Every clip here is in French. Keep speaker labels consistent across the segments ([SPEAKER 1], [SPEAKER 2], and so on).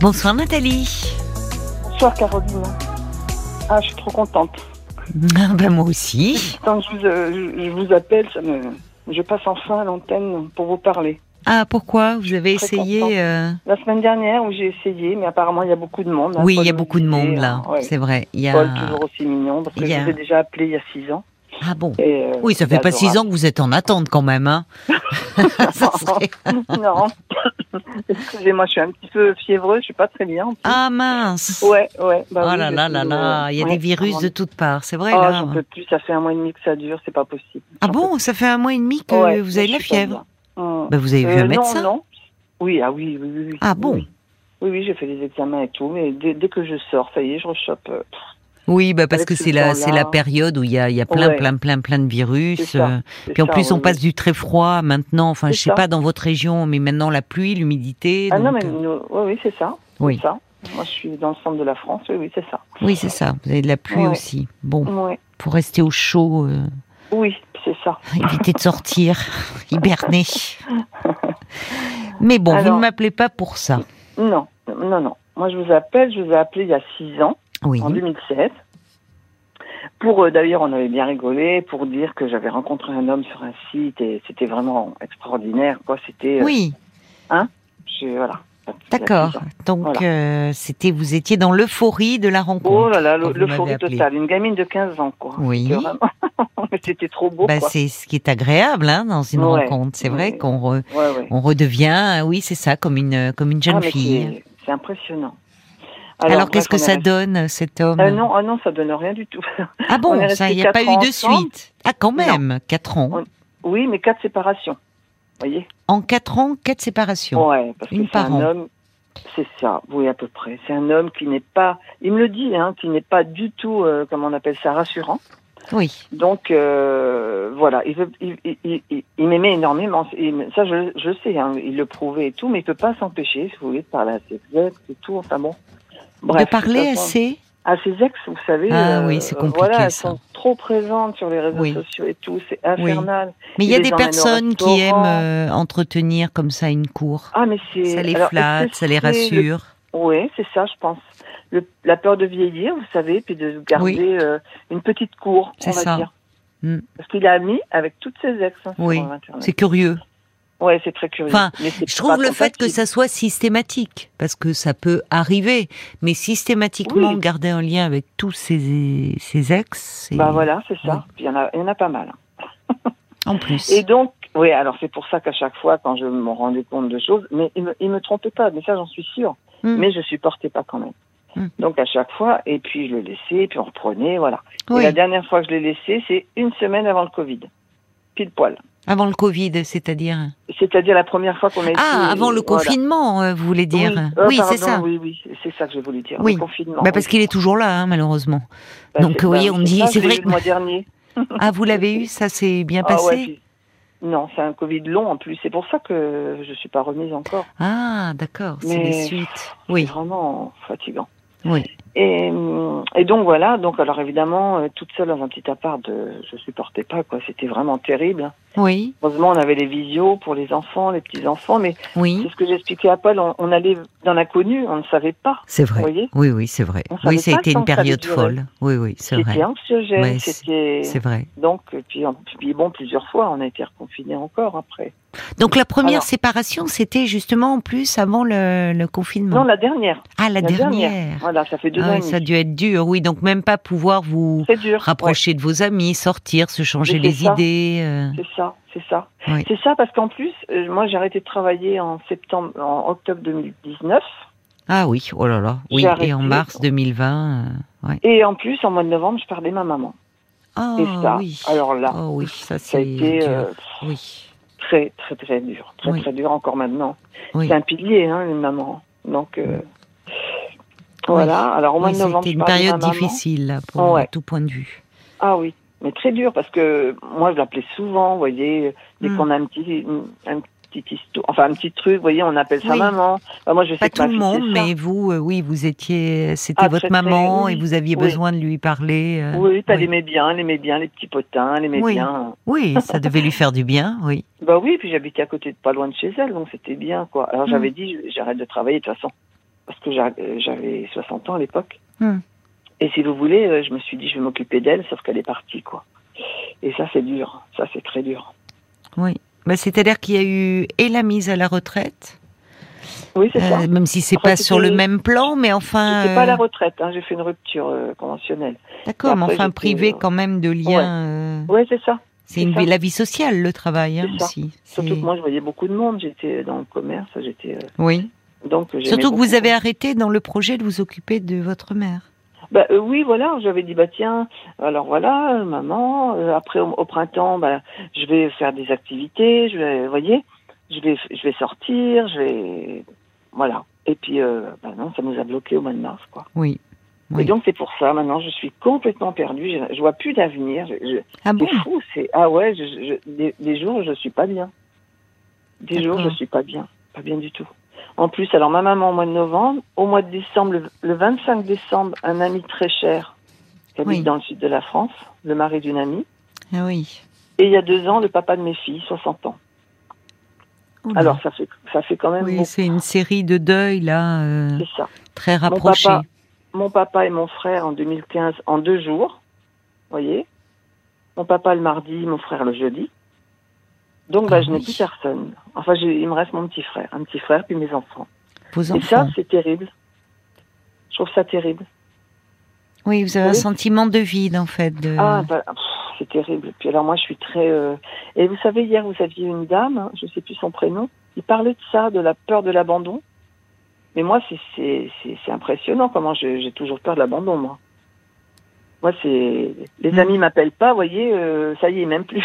[SPEAKER 1] Bonsoir Nathalie.
[SPEAKER 2] Bonsoir Caroline. Ah, je suis trop contente.
[SPEAKER 1] Ah, ben, moi aussi.
[SPEAKER 2] Quand je vous, euh, je- je vous appelle, ça me... je passe enfin à l'antenne pour vous parler.
[SPEAKER 1] Ah pourquoi Vous avez
[SPEAKER 2] Très contente.
[SPEAKER 1] essayé euh,
[SPEAKER 2] La semaine dernière où j'ai essayé, mais apparemment il y a beaucoup de monde. hein.
[SPEAKER 1] Oui,
[SPEAKER 2] Paul
[SPEAKER 1] il y a
[SPEAKER 2] me
[SPEAKER 1] beaucoup de
[SPEAKER 2] disait,
[SPEAKER 1] monde là.
[SPEAKER 2] euh, ouais.
[SPEAKER 1] C'est vrai. Il y
[SPEAKER 2] Paul,
[SPEAKER 1] a...
[SPEAKER 2] toujours aussi mignon, parce que
[SPEAKER 1] il y a-
[SPEAKER 2] je vous ai déjà appelé il y a six ans.
[SPEAKER 1] Ah bon
[SPEAKER 2] Et, euh,
[SPEAKER 1] Oui, ça
[SPEAKER 2] c'était
[SPEAKER 1] fait pas six
[SPEAKER 2] adorable.
[SPEAKER 1] ans que vous êtes en attente quand même. Hein Ça serait-
[SPEAKER 2] non. Excusez-moi, je suis un petit peu fiévreux, je suis pas très bien. en plus.
[SPEAKER 1] Ah mince
[SPEAKER 2] Ouais, ouais. bah
[SPEAKER 1] Oh
[SPEAKER 2] oui,
[SPEAKER 1] là
[SPEAKER 2] je
[SPEAKER 1] là
[SPEAKER 2] suis,
[SPEAKER 1] là là,
[SPEAKER 2] euh,
[SPEAKER 1] il y a
[SPEAKER 2] ouais,
[SPEAKER 1] des virus
[SPEAKER 2] vraiment.
[SPEAKER 1] de toutes parts, c'est vrai
[SPEAKER 2] Oh,
[SPEAKER 1] là.
[SPEAKER 2] j'en peux plus, ça fait un mois et demi que ça dure, c'est pas possible.
[SPEAKER 1] Ah
[SPEAKER 2] J'en
[SPEAKER 1] bon, ça fait un mois et demi que
[SPEAKER 2] peux- Ouais,
[SPEAKER 1] vous avez de
[SPEAKER 2] je
[SPEAKER 1] la
[SPEAKER 2] suis pas
[SPEAKER 1] fièvre.
[SPEAKER 2] bien. Hum.
[SPEAKER 1] Ben, vous avez vu
[SPEAKER 2] Euh,
[SPEAKER 1] un médecin
[SPEAKER 2] Non, non. Oui, ah oui, oui, oui. oui.
[SPEAKER 1] Ah bon
[SPEAKER 2] Oui, oui, oui, j'ai fait des examens et tout, mais dès, dès que je sors, ça y est, je rechoppe. euh,
[SPEAKER 1] Oui, bah parce
[SPEAKER 2] Avec
[SPEAKER 1] que
[SPEAKER 2] ce
[SPEAKER 1] c'est la, c'est la
[SPEAKER 2] temps-là.
[SPEAKER 1] période où il y a, il y a plein,
[SPEAKER 2] Ouais.
[SPEAKER 1] plein, plein, plein de virus.
[SPEAKER 2] C'est ça,
[SPEAKER 1] euh,
[SPEAKER 2] c'est
[SPEAKER 1] Puis en
[SPEAKER 2] ça,
[SPEAKER 1] plus,
[SPEAKER 2] oui,
[SPEAKER 1] on
[SPEAKER 2] oui.
[SPEAKER 1] passe du très froid maintenant. Enfin, je
[SPEAKER 2] C'est
[SPEAKER 1] sais
[SPEAKER 2] ça.
[SPEAKER 1] pas dans votre région, mais maintenant la pluie, l'humidité.
[SPEAKER 2] Ah non,
[SPEAKER 1] donc,
[SPEAKER 2] mais
[SPEAKER 1] euh,
[SPEAKER 2] nous- oui, oui, c'est ça. c'est
[SPEAKER 1] Oui.
[SPEAKER 2] ça. Moi, je suis dans le centre de la France, oui, oui, c'est ça.
[SPEAKER 1] Oui, c'est ça. Vous avez de la pluie
[SPEAKER 2] Ouais.
[SPEAKER 1] aussi. Bon,
[SPEAKER 2] Ouais.
[SPEAKER 1] pour rester au chaud, euh,
[SPEAKER 2] Oui, c'est ça.
[SPEAKER 1] éviter de sortir, hiberner. Mais bon, vous
[SPEAKER 2] Alors-
[SPEAKER 1] ne m'appelez pas pour ça.
[SPEAKER 2] Non, non, non. Moi, je vous appelle, je vous ai appelé il y a six ans,
[SPEAKER 1] Oui.
[SPEAKER 2] en 2007. Pour, euh, d'ailleurs, on avait bien rigolé pour dire que j'avais rencontré un homme sur un site et c'était vraiment extraordinaire, quoi. C'était, euh,
[SPEAKER 1] Oui,
[SPEAKER 2] je- voilà.
[SPEAKER 1] d'accord. Donc,
[SPEAKER 2] Voilà.
[SPEAKER 1] euh, c'était, vous étiez dans l'euphorie de la rencontre.
[SPEAKER 2] Oh là
[SPEAKER 1] quand
[SPEAKER 2] là, le-
[SPEAKER 1] vous m'avez
[SPEAKER 2] l'euphorie
[SPEAKER 1] appelé.
[SPEAKER 2] totale. Une gamine de 15 ans, quoi.
[SPEAKER 1] Oui.
[SPEAKER 2] C'était vraiment- C'était trop beau,
[SPEAKER 1] Bah,
[SPEAKER 2] quoi.
[SPEAKER 1] c'est ce qui est agréable hein, dans une
[SPEAKER 2] Ouais.
[SPEAKER 1] rencontre. C'est vrai
[SPEAKER 2] Ouais.
[SPEAKER 1] qu'on re-
[SPEAKER 2] Ouais, ouais.
[SPEAKER 1] on redevient, oui, c'est ça, comme une comme une jeune
[SPEAKER 2] Ah, mais
[SPEAKER 1] fille.
[SPEAKER 2] c'est- C'est impressionnant.
[SPEAKER 1] Alors,
[SPEAKER 2] bref,
[SPEAKER 1] qu'est-ce que
[SPEAKER 2] on est
[SPEAKER 1] ça
[SPEAKER 2] resté-
[SPEAKER 1] donne cet homme
[SPEAKER 2] Euh, non, ah non, ça donne rien du tout.
[SPEAKER 1] Ah
[SPEAKER 2] on
[SPEAKER 1] bon,
[SPEAKER 2] est
[SPEAKER 1] ça,
[SPEAKER 2] resté
[SPEAKER 1] il n'y a pas
[SPEAKER 2] quatre
[SPEAKER 1] eu
[SPEAKER 2] ans
[SPEAKER 1] de
[SPEAKER 2] ensemble.
[SPEAKER 1] suite. Ah, quand même, quatre ans.
[SPEAKER 2] On- oui, mais quatre séparations. Vous voyez
[SPEAKER 1] En quatre ans, quatre séparations.
[SPEAKER 2] Ouais, parce
[SPEAKER 1] Une
[SPEAKER 2] que c'est
[SPEAKER 1] par
[SPEAKER 2] un
[SPEAKER 1] an.
[SPEAKER 2] homme. C'est ça, oui, à peu près. C'est un homme qui n'est pas, il me le dit, hein, qui n'est pas du tout, euh, comment on appelle ça, rassurant.
[SPEAKER 1] Oui.
[SPEAKER 2] Donc, euh, voilà, il, veut- il, il- il- il- il m'aimait énormément. Il me- ça, je, je le sais, hein, il le prouvait et tout, mais il peut pas s'empêcher, si vous voulez, de parler à ses ex et tout. Enfin bon. Bref,
[SPEAKER 1] de parler
[SPEAKER 2] toute façon,
[SPEAKER 1] assez.
[SPEAKER 2] à ses ex, vous savez. euh,
[SPEAKER 1] Ah oui, c'est compliqué,
[SPEAKER 2] Voilà, elles
[SPEAKER 1] ça.
[SPEAKER 2] sont trop présentes sur les réseaux
[SPEAKER 1] Oui.
[SPEAKER 2] sociaux et tout, c'est infernal.
[SPEAKER 1] Mais il y a
[SPEAKER 2] il
[SPEAKER 1] des
[SPEAKER 2] les emmène au
[SPEAKER 1] personnes qui aiment
[SPEAKER 2] restaurant.
[SPEAKER 1] euh, entretenir comme ça une cour.
[SPEAKER 2] Ah, mais c'est.
[SPEAKER 1] Ça les
[SPEAKER 2] alors, est-ce que
[SPEAKER 1] flatte, ça les
[SPEAKER 2] c'est le-
[SPEAKER 1] rassure.
[SPEAKER 2] Oui, c'est ça, je pense. Le, la peur de vieillir, vous savez, puis de garder
[SPEAKER 1] Oui.
[SPEAKER 2] euh, une petite cour,
[SPEAKER 1] C'est
[SPEAKER 2] on va
[SPEAKER 1] ça.
[SPEAKER 2] dire.
[SPEAKER 1] Mm.
[SPEAKER 2] Parce qu'il a mis avec toutes ses ex. Hein,
[SPEAKER 1] Oui.
[SPEAKER 2] sur Internet.
[SPEAKER 1] C'est curieux.
[SPEAKER 2] Ouais, c'est très curieux.
[SPEAKER 1] Enfin,
[SPEAKER 2] mais c'est
[SPEAKER 1] Je
[SPEAKER 2] pas
[SPEAKER 1] trouve le fait que
[SPEAKER 2] compatible.
[SPEAKER 1] ça soit systématique, parce que ça peut arriver, mais systématiquement
[SPEAKER 2] Oui.
[SPEAKER 1] garder un lien avec tous ses, ses ex, c'est
[SPEAKER 2] Bah voilà, c'est
[SPEAKER 1] Oui.
[SPEAKER 2] ça. Puis Il y, en a, il y en a pas mal.
[SPEAKER 1] en plus.
[SPEAKER 2] Et donc, oui, alors c'est pour ça qu'à chaque fois, quand je me rendais compte de choses, mais il me, il me trompait pas, mais ça j'en suis sûre.
[SPEAKER 1] Mm.
[SPEAKER 2] Mais je supportais pas quand même.
[SPEAKER 1] Mm.
[SPEAKER 2] Donc à chaque fois, et puis je le laissais, puis on reprenait, voilà. Et
[SPEAKER 1] Oui,
[SPEAKER 2] la dernière fois que je l'ai laissé, c'est une semaine avant le Covid. Pile poil.
[SPEAKER 1] avant le Covid, c'est-à-dire.
[SPEAKER 2] C'est-à-dire la première fois qu'on a été.
[SPEAKER 1] Ah, avant le
[SPEAKER 2] voilà.
[SPEAKER 1] confinement, euh, vous voulez dire.
[SPEAKER 2] Oui, euh,
[SPEAKER 1] c'est
[SPEAKER 2] pardon,
[SPEAKER 1] ça.
[SPEAKER 2] Oui, oui, c'est ça que je voulais dire.
[SPEAKER 1] Oui.
[SPEAKER 2] Le confinement.
[SPEAKER 1] Bah, parce qu'il est toujours là, hein, malheureusement.
[SPEAKER 2] Bah,
[SPEAKER 1] donc,
[SPEAKER 2] c'est-
[SPEAKER 1] oui,
[SPEAKER 2] bah,
[SPEAKER 1] on me dit,
[SPEAKER 2] ça,
[SPEAKER 1] c'est
[SPEAKER 2] je l'ai
[SPEAKER 1] vrai
[SPEAKER 2] eu
[SPEAKER 1] que-
[SPEAKER 2] le mois dernier.
[SPEAKER 1] Ah, vous l'avez eu, ça s'est bien
[SPEAKER 2] Ah
[SPEAKER 1] passé.
[SPEAKER 2] ouais, puis- Non, c'est un Covid long en plus. C'est pour ça que je suis pas remise encore.
[SPEAKER 1] Ah, d'accord, c'est
[SPEAKER 2] Mais-
[SPEAKER 1] les suites. Oui,
[SPEAKER 2] C'est vraiment fatigant.
[SPEAKER 1] oui.
[SPEAKER 2] Et, hum, et donc voilà, donc alors évidemment, euh, toute seule dans un petit appart, de, je supportais pas quoi, c'était vraiment terrible.
[SPEAKER 1] Oui,
[SPEAKER 2] Heureusement, on avait les visios pour les enfants, les petits-enfants, mais
[SPEAKER 1] oui.
[SPEAKER 2] c'est ce que j'expliquais à Paul, on, on allait dans l'inconnu, on ne savait pas,
[SPEAKER 1] C'est
[SPEAKER 2] vous
[SPEAKER 1] vrai.
[SPEAKER 2] voyez
[SPEAKER 1] Oui, oui, c'est vrai.
[SPEAKER 2] On savait
[SPEAKER 1] Oui, ça a
[SPEAKER 2] pas
[SPEAKER 1] été
[SPEAKER 2] le
[SPEAKER 1] une
[SPEAKER 2] temps que ça allait
[SPEAKER 1] période
[SPEAKER 2] durer.
[SPEAKER 1] folle. Oui, oui, c'est vrai.
[SPEAKER 2] C'était anxiogène,
[SPEAKER 1] Ouais,
[SPEAKER 2] c'était...
[SPEAKER 1] C'est vrai.
[SPEAKER 2] Donc, et puis, en- puis bon, plusieurs fois, on a été reconfinés encore après.
[SPEAKER 1] Donc la première
[SPEAKER 2] Alors-
[SPEAKER 1] séparation, c'était justement en plus avant le, le confinement.
[SPEAKER 2] Non, la dernière.
[SPEAKER 1] ah, la,
[SPEAKER 2] la
[SPEAKER 1] dernière.
[SPEAKER 2] dernière. Voilà, ça fait deux
[SPEAKER 1] Ah
[SPEAKER 2] ans
[SPEAKER 1] oui,
[SPEAKER 2] et
[SPEAKER 1] ça a
[SPEAKER 2] demi.
[SPEAKER 1] dû être dur, oui. Donc même pas pouvoir vous
[SPEAKER 2] C'est dur. ouais.
[SPEAKER 1] rapprocher de vos amis, sortir, se changer
[SPEAKER 2] Mais
[SPEAKER 1] les
[SPEAKER 2] c'est ça.
[SPEAKER 1] idées. euh,
[SPEAKER 2] C'est ça, c'est ça.
[SPEAKER 1] Oui.
[SPEAKER 2] C'est ça parce qu'en plus, euh, moi j'ai arrêté de travailler en septembre, en octobre 2019.
[SPEAKER 1] Ah oui, oh là là. Oui,
[SPEAKER 2] J'ai
[SPEAKER 1] et
[SPEAKER 2] arrêté.
[SPEAKER 1] en mars 2020. euh, ouais.
[SPEAKER 2] Et en plus, en mois de novembre, je perdais ma maman.
[SPEAKER 1] Ah
[SPEAKER 2] et ça,
[SPEAKER 1] oui.
[SPEAKER 2] alors là,
[SPEAKER 1] oh oui, ça
[SPEAKER 2] ça a
[SPEAKER 1] c'est
[SPEAKER 2] été
[SPEAKER 1] dur.
[SPEAKER 2] euh,
[SPEAKER 1] Oui,
[SPEAKER 2] très, très, très dur. Très,
[SPEAKER 1] Oui.
[SPEAKER 2] très dur encore maintenant.
[SPEAKER 1] Oui.
[SPEAKER 2] C'est un pilier, hein, une maman. Donc, euh, voilà. Alors, au mois
[SPEAKER 1] Oui,
[SPEAKER 2] de novembre,
[SPEAKER 1] c'était
[SPEAKER 2] je
[SPEAKER 1] une
[SPEAKER 2] perdais
[SPEAKER 1] période
[SPEAKER 2] ma maman.
[SPEAKER 1] difficile là, pour euh,
[SPEAKER 2] Ouais.
[SPEAKER 1] tout point de vue.
[SPEAKER 2] Ah oui, mais très dur parce que moi je l'appelais souvent, vous voyez, dès
[SPEAKER 1] Hmm.
[SPEAKER 2] qu'on a un petit, un petit histo- enfin un petit truc, vous voyez, on appelle ça
[SPEAKER 1] Oui.
[SPEAKER 2] maman. Bah, moi je sais
[SPEAKER 1] Pas
[SPEAKER 2] que ma
[SPEAKER 1] tout le
[SPEAKER 2] fille,
[SPEAKER 1] monde,
[SPEAKER 2] c'est ça.
[SPEAKER 1] mais vous, euh, oui, vous étiez, c'était
[SPEAKER 2] Ah,
[SPEAKER 1] votre
[SPEAKER 2] très, très,
[SPEAKER 1] maman
[SPEAKER 2] oui,
[SPEAKER 1] et vous aviez
[SPEAKER 2] oui.
[SPEAKER 1] besoin de lui parler. euh,
[SPEAKER 2] Oui, elle
[SPEAKER 1] oui.
[SPEAKER 2] aimait bien, elle aimait bien les petits potins, elle aimait
[SPEAKER 1] Oui.
[SPEAKER 2] bien.
[SPEAKER 1] Oui, ça devait lui faire du bien, oui.
[SPEAKER 2] Bah oui, puis j'habitais à côté de pas loin de chez elle, donc c'était bien quoi. Alors
[SPEAKER 1] Hmm.
[SPEAKER 2] j'avais dit j'arrête de travailler de toute façon. parce que j'a- euh, j'avais 60 ans à l'époque.
[SPEAKER 1] Hmm.
[SPEAKER 2] Et si vous voulez, euh, je me suis dit, je vais m'occuper d'elle, sauf qu'elle est partie, quoi. Et ça, c'est dur. Ça, c'est très dur.
[SPEAKER 1] Oui. Bah, C'est-à-dire qu'il y a eu et la mise à la retraite,
[SPEAKER 2] Oui, c'est ça.
[SPEAKER 1] euh, même si c'est
[SPEAKER 2] Après,
[SPEAKER 1] pas sur le
[SPEAKER 2] c'était-
[SPEAKER 1] même plan, mais enfin.
[SPEAKER 2] C'était pas à la
[SPEAKER 1] euh,
[SPEAKER 2] retraite, hein, j'ai fait une rupture euh, conventionnelle.
[SPEAKER 1] D'accord, mais
[SPEAKER 2] Après,
[SPEAKER 1] enfin
[SPEAKER 2] j'étais- euh,
[SPEAKER 1] privé quand même de liens. euh,
[SPEAKER 2] Ouais, c'est ça.
[SPEAKER 1] c'est
[SPEAKER 2] c'est
[SPEAKER 1] une
[SPEAKER 2] ça.
[SPEAKER 1] vie- la vie sociale, le travail hein,
[SPEAKER 2] C'est ça.
[SPEAKER 1] aussi.
[SPEAKER 2] Surtout
[SPEAKER 1] C'est-
[SPEAKER 2] que moi, je voyais beaucoup de monde. J'étais dans le commerce, j'étais. euh,
[SPEAKER 1] Oui.
[SPEAKER 2] donc, j'aimais
[SPEAKER 1] Surtout que
[SPEAKER 2] beaucoup.
[SPEAKER 1] vous avez arrêté dans le projet de vous occuper de votre mère.
[SPEAKER 2] Bah, euh, oui, voilà, j'avais dit, bah tiens, alors voilà, euh, maman, euh, après au, au printemps, bah, je vais faire des activités, je vais, vous voyez, je vais, je vais sortir, je vais. Voilà. Et puis, euh, bah non, ça nous a bloqué au mois de mars, quoi.
[SPEAKER 1] Oui. Oui.
[SPEAKER 2] Et donc, c'est pour ça, maintenant, je suis complètement perdue, je, je vois plus d'avenir. je- je-
[SPEAKER 1] Ah bon
[SPEAKER 2] C'est fou, c'est. Ah ouais, je, je- des, des jours, je suis pas bien. Des jours,
[SPEAKER 1] D'accord.
[SPEAKER 2] je suis pas bien. Pas bien du tout. En plus, alors ma maman, au mois de novembre, au mois de décembre, le, le 25 décembre, un ami très cher, qui habite
[SPEAKER 1] Oui.
[SPEAKER 2] dans le sud de la France, le mari d'une amie,
[SPEAKER 1] Ah oui.
[SPEAKER 2] et il y a deux ans, le papa de mes filles, 60 ans.
[SPEAKER 1] Oh là.
[SPEAKER 2] Alors, ça fait, ça fait quand même.
[SPEAKER 1] oui,
[SPEAKER 2] beaucoup,
[SPEAKER 1] c'est une série de deuils là euh,
[SPEAKER 2] c'est ça.
[SPEAKER 1] très
[SPEAKER 2] Mon
[SPEAKER 1] rapprochés.
[SPEAKER 2] papa, mon papa et mon frère en 2015 en deux jours, voyez. Mon papa le mardi, mon frère le jeudi. Donc bah,
[SPEAKER 1] Ah
[SPEAKER 2] je n'ai
[SPEAKER 1] oui.
[SPEAKER 2] plus personne. Enfin, j'ai- il me reste mon petit frère, un petit frère puis mes enfants.
[SPEAKER 1] Vos
[SPEAKER 2] Et ça,
[SPEAKER 1] enfants.
[SPEAKER 2] c'est terrible. Je trouve ça terrible.
[SPEAKER 1] oui, vous avez un
[SPEAKER 2] oui.
[SPEAKER 1] sentiment de vide en fait. de-
[SPEAKER 2] Ah, bah, pff, c'est terrible. Puis alors moi, je suis très. euh, Et vous savez, hier, vous aviez une dame, hein, je sais plus son prénom, il parlait de ça, de la peur de l'abandon. Mais moi, c'est- c'est c'est- c'est impressionnant comment je- j'ai toujours peur de l'abandon, moi. Moi, c'est les
[SPEAKER 1] Mm.
[SPEAKER 2] amis m'appellent pas, vous voyez, euh, ça y est, même plus.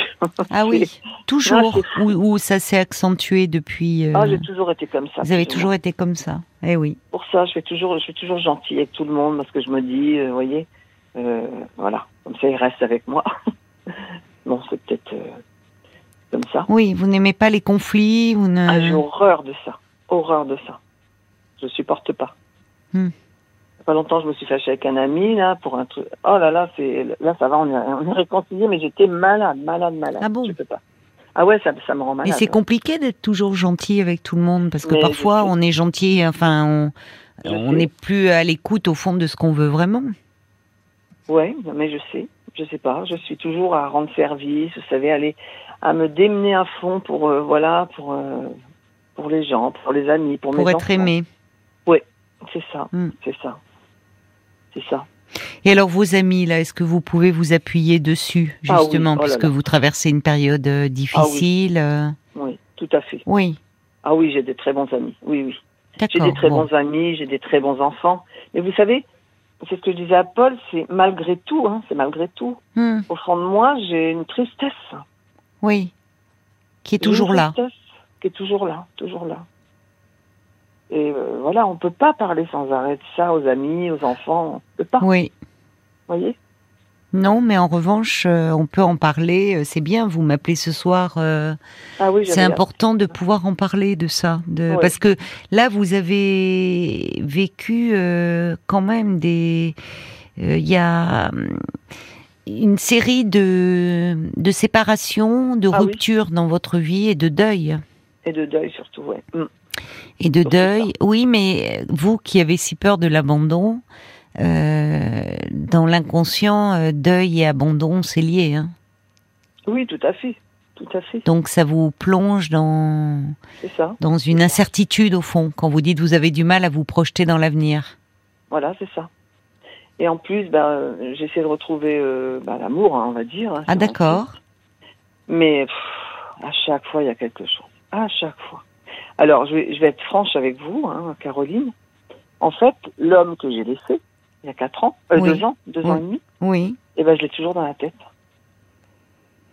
[SPEAKER 1] Ah oui, toujours
[SPEAKER 2] Non,
[SPEAKER 1] ou, ou ça s'est accentué depuis. euh,
[SPEAKER 2] Ah, j'ai toujours été comme ça.
[SPEAKER 1] vous avez
[SPEAKER 2] plus ou
[SPEAKER 1] toujours été comme ça. Eh oui.
[SPEAKER 2] pour ça, je fais toujours, je suis toujours gentille avec tout le monde parce que je me dis, euh, vous voyez, euh, voilà, comme ça, il reste avec moi. bon, c'est peut-être euh, comme ça.
[SPEAKER 1] Oui, vous n'aimez pas les conflits. Vous ne...
[SPEAKER 2] Ah, j'ai horreur de ça, horreur de ça. Je supporte pas.
[SPEAKER 1] Hmm.
[SPEAKER 2] Il y a Pas longtemps, je me suis fâchée avec un ami là pour un truc. Oh là là, c'est là, ça va, on est, on est réconciliés, mais j'étais malade, malade, malade.
[SPEAKER 1] Ah bon
[SPEAKER 2] Je peux pas. Ah ouais, ça, ça me rend
[SPEAKER 1] Et
[SPEAKER 2] malade.
[SPEAKER 1] c'est compliqué d'être toujours gentil avec tout le monde parce que
[SPEAKER 2] Mais je
[SPEAKER 1] parfois
[SPEAKER 2] sais.
[SPEAKER 1] on est gentil, enfin on
[SPEAKER 2] Je
[SPEAKER 1] on
[SPEAKER 2] sais.
[SPEAKER 1] n'est plus à l'écoute au fond de ce qu'on veut vraiment.
[SPEAKER 2] Ouais, mais je sais, je sais pas. Je suis toujours à rendre service, vous savez, aller à me démener à fond pour euh, voilà, pour euh, pour les gens, pour les amis, pour,
[SPEAKER 1] pour
[SPEAKER 2] mes
[SPEAKER 1] être
[SPEAKER 2] enfants.
[SPEAKER 1] aimé.
[SPEAKER 2] C'est ça,
[SPEAKER 1] Mm.
[SPEAKER 2] c'est ça, c'est ça.
[SPEAKER 1] Et alors vos amis là, est-ce que vous pouvez vous appuyer dessus
[SPEAKER 2] Ah oui,
[SPEAKER 1] justement
[SPEAKER 2] oh là
[SPEAKER 1] parce que
[SPEAKER 2] là. Ah
[SPEAKER 1] vous traversez une période euh, difficile euh,
[SPEAKER 2] Oui, tout à fait.
[SPEAKER 1] Oui,
[SPEAKER 2] Ah oui, j'ai des très bons amis. Oui, oui. J'ai
[SPEAKER 1] d'accord.
[SPEAKER 2] des très
[SPEAKER 1] bon.
[SPEAKER 2] bons amis, j'ai des très bons enfants. Mais vous savez, c'est ce que je disais à Paul, c'est malgré tout, hein, c'est malgré tout.
[SPEAKER 1] Hmm,
[SPEAKER 2] Au fond de moi, j'ai une tristesse.
[SPEAKER 1] oui, qui est
[SPEAKER 2] J'ai une
[SPEAKER 1] toujours là.
[SPEAKER 2] tristesse Qui est toujours là, toujours là. Et euh, voilà, on peut pas parler sans arrêt de ça aux amis, aux enfants. On peut pas, vous
[SPEAKER 1] Oui.
[SPEAKER 2] voyez
[SPEAKER 1] Non, mais en revanche, euh, on peut en parler. euh, C'est bien, vous m'appelez ce soir. euh,
[SPEAKER 2] Ah oui,
[SPEAKER 1] C'est
[SPEAKER 2] j'avais-
[SPEAKER 1] important de pouvoir en parler de ça, de,
[SPEAKER 2] Ouais.
[SPEAKER 1] parce que là vous avez vécu euh, quand même des, euh, il y a hum, une série de de séparations, de
[SPEAKER 2] Ah oui.
[SPEAKER 1] ruptures dans votre vie et de deuil
[SPEAKER 2] Et de deuil surtout, ouais. Mm.
[SPEAKER 1] et de
[SPEAKER 2] Surtout
[SPEAKER 1] deuil. Oui, mais vous qui avez si peur de l'abandon, euh, dans l'inconscient, euh, deuil et abandon c'est lié. hein.
[SPEAKER 2] Oui, tout à fait, tout à fait,
[SPEAKER 1] Donc ça vous plonge dans
[SPEAKER 2] c'est ça.
[SPEAKER 1] dans une incertitude au fond, quand vous dites vous avez du mal à vous projeter dans l'avenir.
[SPEAKER 2] Voilà, c'est ça. Et en plus, bah, euh, j'essaie de retrouver euh, bah, l'amour, hein, on va dire. hein,
[SPEAKER 1] Ah
[SPEAKER 2] c'est
[SPEAKER 1] d'accord.
[SPEAKER 2] Mais pff, à chaque fois, il y a quelque chose. À chaque fois. Alors, je vais, je vais être franche avec vous, hein, Caroline. En fait, l'homme que j'ai laissé, il y a quatre ans, euh,
[SPEAKER 1] Oui.
[SPEAKER 2] deux ans, deux ans
[SPEAKER 1] Oui.
[SPEAKER 2] et demi,
[SPEAKER 1] Oui.
[SPEAKER 2] eh ben, je l'ai toujours dans la tête.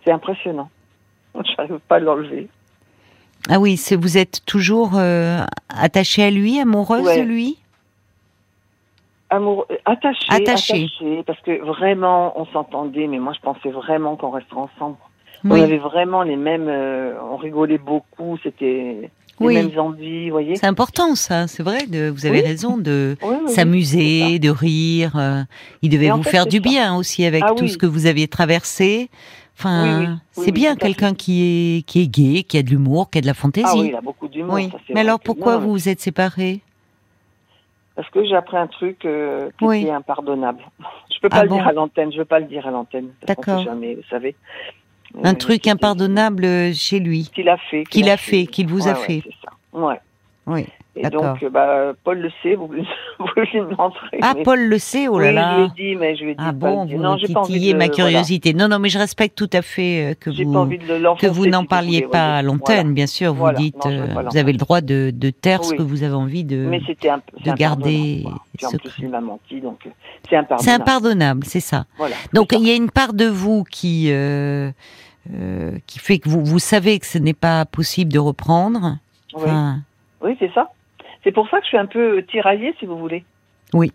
[SPEAKER 2] C'est impressionnant. Je n'arrive pas à l'enlever.
[SPEAKER 1] Ah oui, c'est- vous êtes toujours euh, attachée à lui, amoureuse
[SPEAKER 2] Ouais.
[SPEAKER 1] de lui
[SPEAKER 2] Amour, euh, attaché,
[SPEAKER 1] Attaché.
[SPEAKER 2] attaché, parce que vraiment, on s'entendait, mais moi, je pensais vraiment qu'on resterait ensemble. On
[SPEAKER 1] Oui.
[SPEAKER 2] avait vraiment les mêmes, euh, on rigolait beaucoup, c'était les
[SPEAKER 1] Oui.
[SPEAKER 2] mêmes envies, vous voyez.
[SPEAKER 1] C'est important ça, c'est vrai, de, vous avez
[SPEAKER 2] Oui.
[SPEAKER 1] raison de
[SPEAKER 2] Ouais, ouais, ouais, c'est
[SPEAKER 1] s'amuser, de rire. euh, il devait
[SPEAKER 2] Et en
[SPEAKER 1] vous
[SPEAKER 2] fait,
[SPEAKER 1] faire
[SPEAKER 2] c'est
[SPEAKER 1] du
[SPEAKER 2] ça.
[SPEAKER 1] bien aussi avec
[SPEAKER 2] Ah
[SPEAKER 1] tout
[SPEAKER 2] oui.
[SPEAKER 1] ce que vous aviez traversé. Enfin,
[SPEAKER 2] Oui, oui, oui,
[SPEAKER 1] c'est
[SPEAKER 2] oui,
[SPEAKER 1] bien
[SPEAKER 2] tout à fait.
[SPEAKER 1] quelqu'un qui est qui est gay, qui a de l'humour, qui a de la fantaisie.
[SPEAKER 2] Ah oui, il a beaucoup d'humour.
[SPEAKER 1] Oui.
[SPEAKER 2] ça, c'est
[SPEAKER 1] Mais
[SPEAKER 2] vrai
[SPEAKER 1] alors
[SPEAKER 2] que-
[SPEAKER 1] pourquoi
[SPEAKER 2] non,
[SPEAKER 1] vous vous êtes séparés
[SPEAKER 2] parce que j'ai appris un truc euh, qui
[SPEAKER 1] Oui.
[SPEAKER 2] est impardonnable. Je peux pas
[SPEAKER 1] Ah
[SPEAKER 2] le
[SPEAKER 1] bon
[SPEAKER 2] dire à l'antenne, je veux pas le dire à l'antenne. parce qu'on sait
[SPEAKER 1] D'accord.
[SPEAKER 2] Jamais, vous savez.
[SPEAKER 1] Un
[SPEAKER 2] Euh,
[SPEAKER 1] truc
[SPEAKER 2] c'était-
[SPEAKER 1] impardonnable euh, chez lui.
[SPEAKER 2] Qu'il a fait.
[SPEAKER 1] Qu'il a fait, qu'il vous a
[SPEAKER 2] Ouais, ouais,
[SPEAKER 1] fait.
[SPEAKER 2] c'est ça. Ouais.
[SPEAKER 1] Oui.
[SPEAKER 2] Et
[SPEAKER 1] D'accord.
[SPEAKER 2] donc, euh, bah, Paul le sait, vous, vous lui demanderez.
[SPEAKER 1] Ah,
[SPEAKER 2] mais-
[SPEAKER 1] Paul le sait, oh là
[SPEAKER 2] oui,
[SPEAKER 1] là.
[SPEAKER 2] je lui ai dit, mais je lui ai dit.
[SPEAKER 1] Ah
[SPEAKER 2] de pas
[SPEAKER 1] bon,
[SPEAKER 2] le dire.
[SPEAKER 1] vous
[SPEAKER 2] non,
[SPEAKER 1] me
[SPEAKER 2] j'ai pas envie
[SPEAKER 1] titillez
[SPEAKER 2] de-
[SPEAKER 1] ma
[SPEAKER 2] voilà.
[SPEAKER 1] curiosité. Non, non, mais je respecte tout à fait euh, que
[SPEAKER 2] J'ai pas
[SPEAKER 1] vous
[SPEAKER 2] envie de
[SPEAKER 1] que
[SPEAKER 2] l'enfoncer,
[SPEAKER 1] vous
[SPEAKER 2] si
[SPEAKER 1] n'en parliez pas
[SPEAKER 2] voulez, oui.
[SPEAKER 1] à l'antenne,
[SPEAKER 2] Voilà.
[SPEAKER 1] bien sûr. Vous
[SPEAKER 2] Voilà.
[SPEAKER 1] dites,
[SPEAKER 2] Non, je veux
[SPEAKER 1] euh,
[SPEAKER 2] pas
[SPEAKER 1] vous avez le droit de, de taire ce
[SPEAKER 2] Oui.
[SPEAKER 1] que vous avez envie de.
[SPEAKER 2] Mais c'était un peu.
[SPEAKER 1] euh, de garder
[SPEAKER 2] Puis en
[SPEAKER 1] secret.
[SPEAKER 2] plus, il m'a menti, donc euh, c'est
[SPEAKER 1] C'est
[SPEAKER 2] impardonnable.
[SPEAKER 1] impardonnable, c'est ça.
[SPEAKER 2] Voilà.
[SPEAKER 1] Donc
[SPEAKER 2] C'est ça.
[SPEAKER 1] il y a une part de vous qui euh, euh, qui fait que vous vous savez que ce n'est pas possible de reprendre.
[SPEAKER 2] Oui.
[SPEAKER 1] Enfin,
[SPEAKER 2] Oui, c'est ça. C'est pour ça que je suis un peu tiraillée, si vous voulez.
[SPEAKER 1] Oui.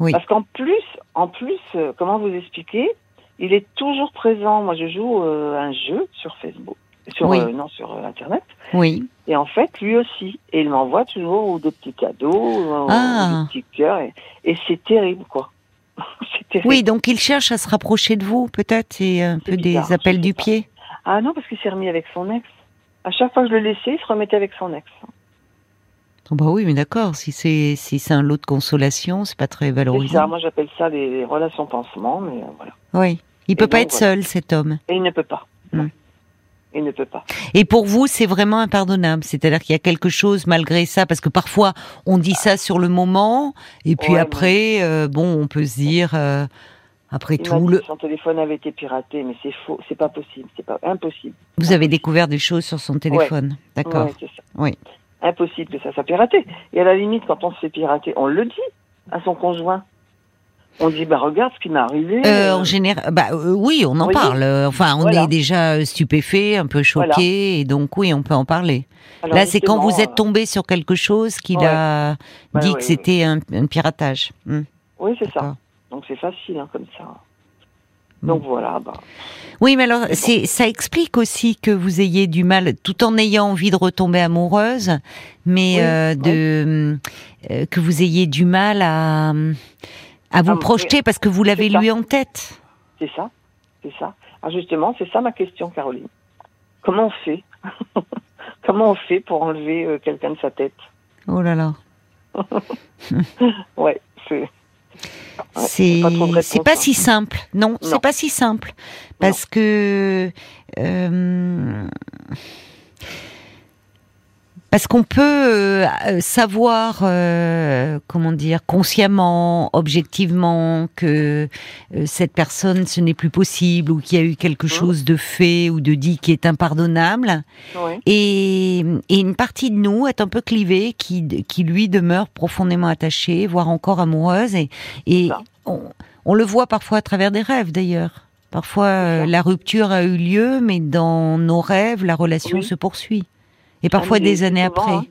[SPEAKER 1] Oui.
[SPEAKER 2] Parce qu'en plus, en plus, euh, comment vous expliquer Il est toujours présent. Moi, je joue euh, un jeu sur Facebook, sur
[SPEAKER 1] Oui.
[SPEAKER 2] euh, non sur euh, Internet.
[SPEAKER 1] oui.
[SPEAKER 2] Et en fait, lui aussi. Et il m'envoie toujours ou des petits cadeaux, ou,
[SPEAKER 1] Ah.
[SPEAKER 2] ou des petits cœurs. Et, et c'est terrible, quoi. c'est terrible.
[SPEAKER 1] Oui, donc il cherche à se rapprocher de vous, peut-être, et un
[SPEAKER 2] C'est
[SPEAKER 1] peu
[SPEAKER 2] bizarre,
[SPEAKER 1] des appels
[SPEAKER 2] je
[SPEAKER 1] du
[SPEAKER 2] sais pas.
[SPEAKER 1] pied.
[SPEAKER 2] Ah non, parce qu'il s'est remis avec son ex. À chaque fois que je le laissais, il se remettait avec son ex.
[SPEAKER 1] Oh bah oui, mais d'accord, si c'est si c'est un lot de consolation, c'est pas très
[SPEAKER 2] C'est ça,
[SPEAKER 1] valorisant.
[SPEAKER 2] moi j'appelle ça les, les relations pansement, mais euh, voilà.
[SPEAKER 1] Oui. Il peut
[SPEAKER 2] Et
[SPEAKER 1] pas
[SPEAKER 2] donc,
[SPEAKER 1] être
[SPEAKER 2] voilà.
[SPEAKER 1] seul, cet homme.
[SPEAKER 2] Et il ne peut pas. Non.
[SPEAKER 1] Mm.
[SPEAKER 2] Il ne peut pas.
[SPEAKER 1] Et pour vous, c'est vraiment impardonnable. C'est-à-dire qu'il y a quelque chose malgré ça, parce que parfois on dit ça sur le moment, et puis
[SPEAKER 2] Ouais,
[SPEAKER 1] après, euh, bon, on peut se dire, euh, après
[SPEAKER 2] Il m'a
[SPEAKER 1] tout,
[SPEAKER 2] dit
[SPEAKER 1] le,
[SPEAKER 2] que son téléphone avait été piraté, mais c'est faux, c'est pas possible, c'est pas impossible.
[SPEAKER 1] vous avez découvert des choses sur son téléphone, d'accord
[SPEAKER 2] Ouais, c'est ça.
[SPEAKER 1] Oui.
[SPEAKER 2] Impossible que ça soit piraté. Et à la limite, quand on se fait pirater, on le dit à son conjoint. On dit, bah regarde ce qui m'est arrivé.
[SPEAKER 1] Euh,
[SPEAKER 2] euh,
[SPEAKER 1] en général, bah euh, oui, on en
[SPEAKER 2] Voyez
[SPEAKER 1] parle. Euh, Enfin, on
[SPEAKER 2] Voilà.
[SPEAKER 1] est déjà euh, stupéfait, un peu choqué,
[SPEAKER 2] Voilà.
[SPEAKER 1] et donc oui, on peut en parler.
[SPEAKER 2] alors
[SPEAKER 1] Là, c'est quand
[SPEAKER 2] justement, euh,
[SPEAKER 1] vous êtes tombé sur quelque chose qu'il
[SPEAKER 2] Ouais.
[SPEAKER 1] a
[SPEAKER 2] Bah
[SPEAKER 1] dit
[SPEAKER 2] oui,
[SPEAKER 1] que
[SPEAKER 2] oui.
[SPEAKER 1] c'était un, un piratage. Hmm,
[SPEAKER 2] euh, Oui, c'est ça.
[SPEAKER 1] d'accord. Hmm.
[SPEAKER 2] Donc c'est facile, hein, comme ça. Donc voilà, bah,
[SPEAKER 1] Oui, mais alors,
[SPEAKER 2] bon.
[SPEAKER 1] c'est, ça explique aussi que vous ayez du mal, tout en ayant envie de retomber amoureuse, mais
[SPEAKER 2] Oui,
[SPEAKER 1] euh, de euh, que vous ayez du mal à à vous
[SPEAKER 2] oui.
[SPEAKER 1] projeter parce que vous l'avez
[SPEAKER 2] Ah, ça.
[SPEAKER 1] lui en tête.
[SPEAKER 2] c'est ça. C'est ça. Ah, justement, c'est ça ma question, Caroline. Comment on fait Comment on fait pour enlever euh, quelqu'un de sa tête
[SPEAKER 1] Oh là là.
[SPEAKER 2] Ouais, c'est. Ouais,
[SPEAKER 1] C'est
[SPEAKER 2] j'ai pas trop de
[SPEAKER 1] c'est
[SPEAKER 2] réponse,
[SPEAKER 1] pas
[SPEAKER 2] hein.
[SPEAKER 1] si simple, non, c'est
[SPEAKER 2] Non.
[SPEAKER 1] pas si simple parce que euh, parce qu'on peut euh, euh, savoir euh, comment dire consciemment, objectivement que euh, cette personne ce n'est plus possible ou qu'il y a eu
[SPEAKER 2] Hein.
[SPEAKER 1] quelque chose de fait ou de dit qui est impardonnable
[SPEAKER 2] hein. Ouais.
[SPEAKER 1] et, et une partie de nous est un peu clivée, qui, qui lui demeure profondément attachée, voire encore amoureuse. Et, et
[SPEAKER 2] Ça.
[SPEAKER 1] on, on le voit parfois à travers des rêves d'ailleurs. Parfois
[SPEAKER 2] C'est
[SPEAKER 1] euh,
[SPEAKER 2] ça.
[SPEAKER 1] la rupture a eu lieu, mais dans nos rêves, la relation
[SPEAKER 2] Oui.
[SPEAKER 1] se poursuit. Et parfois
[SPEAKER 2] Ah, mais
[SPEAKER 1] des
[SPEAKER 2] c'est
[SPEAKER 1] années
[SPEAKER 2] souvent,
[SPEAKER 1] après.
[SPEAKER 2] hein.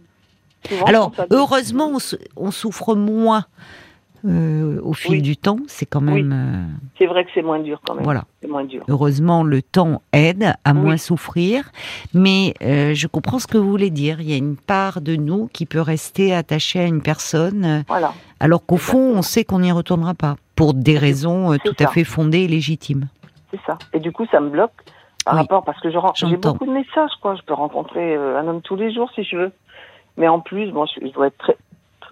[SPEAKER 2] Souvent,
[SPEAKER 1] Alors,
[SPEAKER 2] quand ça-
[SPEAKER 1] heureusement, on, sou- on souffre moins euh, au fil
[SPEAKER 2] Oui.
[SPEAKER 1] du temps. C'est quand
[SPEAKER 2] Oui.
[SPEAKER 1] même. euh,
[SPEAKER 2] C'est vrai que c'est moins dur quand même.
[SPEAKER 1] voilà.
[SPEAKER 2] C'est moins dur.
[SPEAKER 1] Heureusement, le temps aide à
[SPEAKER 2] Oui.
[SPEAKER 1] moins souffrir, mais euh, je comprends ce que vous voulez dire. Il y a une part de nous qui peut rester attachée à une personne, euh,
[SPEAKER 2] Voilà.
[SPEAKER 1] alors qu'au fond, on sait qu'on n'y retournera pas, pour des raisons euh,
[SPEAKER 2] C'est
[SPEAKER 1] tout
[SPEAKER 2] ça.
[SPEAKER 1] à fait fondées et légitimes.
[SPEAKER 2] C'est ça. Et du coup, ça me bloque par
[SPEAKER 1] Oui.
[SPEAKER 2] rapport parce que je ren- j'ai
[SPEAKER 1] J'entends.
[SPEAKER 2] beaucoup de messages quoi. Je peux rencontrer euh, un homme tous les jours si je veux. Mais en plus, bon, je, je dois être très.